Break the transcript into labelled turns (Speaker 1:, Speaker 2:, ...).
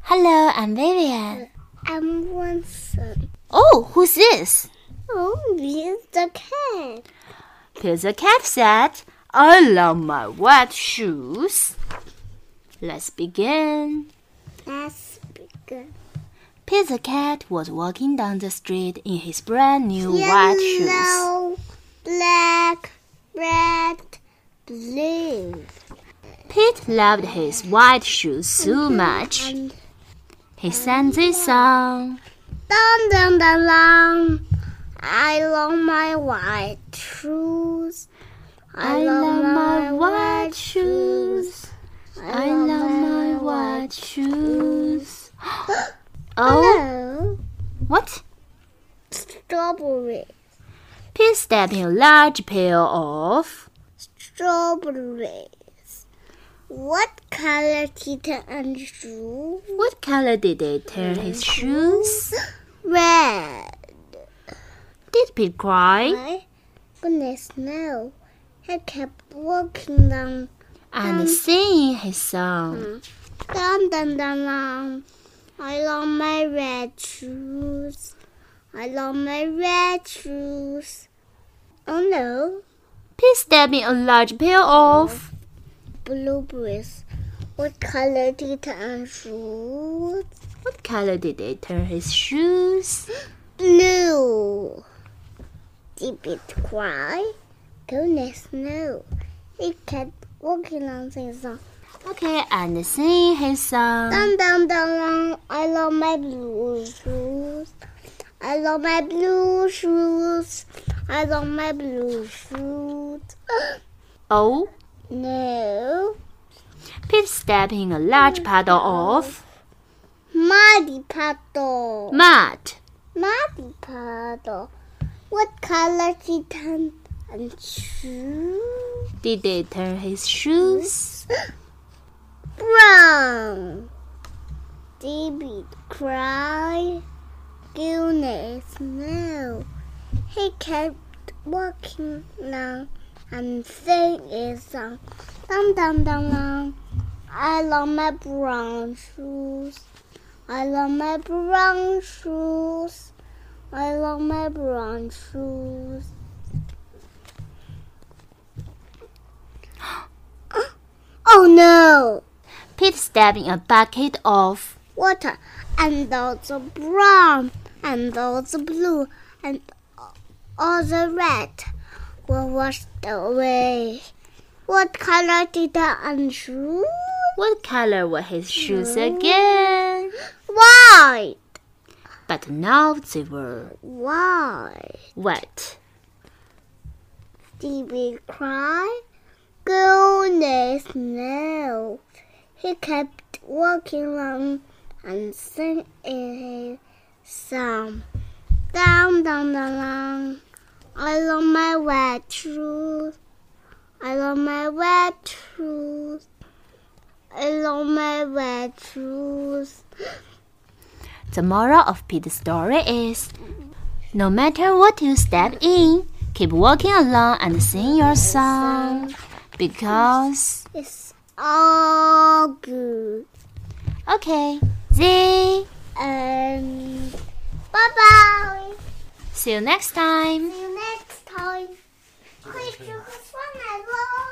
Speaker 1: Hello, I'm Vivian.
Speaker 2: I'm Winston.
Speaker 1: Oh, who's this?
Speaker 2: Oh, he's the cat.
Speaker 1: There's a cat said, I love my wet shoes. Let's begin.
Speaker 2: That's bigger.
Speaker 1: Pizza Cat was walking down the street in his brand new white shoes.
Speaker 2: Yellow, black, red, blue.
Speaker 1: Pete loved his white shoes so much.
Speaker 2: And
Speaker 1: He sang this song.
Speaker 2: dun dun dun dun. I love my white shoes.
Speaker 1: I love my white shoes. I love my white shoes. Oh,
Speaker 2: Oh,
Speaker 1: what?
Speaker 2: strawberry,
Speaker 1: Pete stepped in a large pail of.
Speaker 2: strawberries. What color Tita and shoe?
Speaker 1: What color did they turn his shoes?
Speaker 2: Red.
Speaker 1: Did Pete cry?
Speaker 2: My goodness, no. I kept walking down,
Speaker 1: And singing his song.
Speaker 2: down, down, down, down. I love my red shoes. I love my red shoes. Oh no,
Speaker 1: Pete stepped in a large pail of.
Speaker 2: blueberries. What color did I shoes?
Speaker 1: What color did they turn his shoes?
Speaker 2: Blue. Did it cry? Goodness, no. It kept walking on things on.
Speaker 1: Okay, and sing his song.
Speaker 2: Dum dum dum dum. I love my blue shoes. I love my blue shoes. I love my blue shoes.
Speaker 1: Oh,
Speaker 2: no,
Speaker 1: Pete stepped in a large puddle of
Speaker 2: muddy puddle.
Speaker 1: mud.
Speaker 2: Muddy puddle. What color kitten and shoe?
Speaker 1: Did they turn his shoes?
Speaker 2: Brown. David cried. Goodness, no. He kept walking now and singing a song. Dum dum dum dum. I love my brown shoes. I love my brown shoes. I love my brown shoes. oh no!
Speaker 1: Pete stepped in a bucket of.
Speaker 2: water, and those are brown, and those are blue, and all the red were washed away. What color did the unshoe?
Speaker 1: What color were his shoes
Speaker 2: Hmm.
Speaker 1: again?
Speaker 2: White.
Speaker 1: But now they were
Speaker 2: White.
Speaker 1: wet.
Speaker 2: Did we cry? Goodness no. He kept walking along and sang a song. Down, down, down, down. I love my wet shoes. I love my wet shoes. I love my wet shoes.
Speaker 1: The moral of Pete's story is no matter what you step in, keep walking along and sing your song because.
Speaker 2: It's all good.
Speaker 1: Okay, Z.
Speaker 2: And bye bye.
Speaker 1: See you next time.
Speaker 2: See you next time. 会说话奶喽。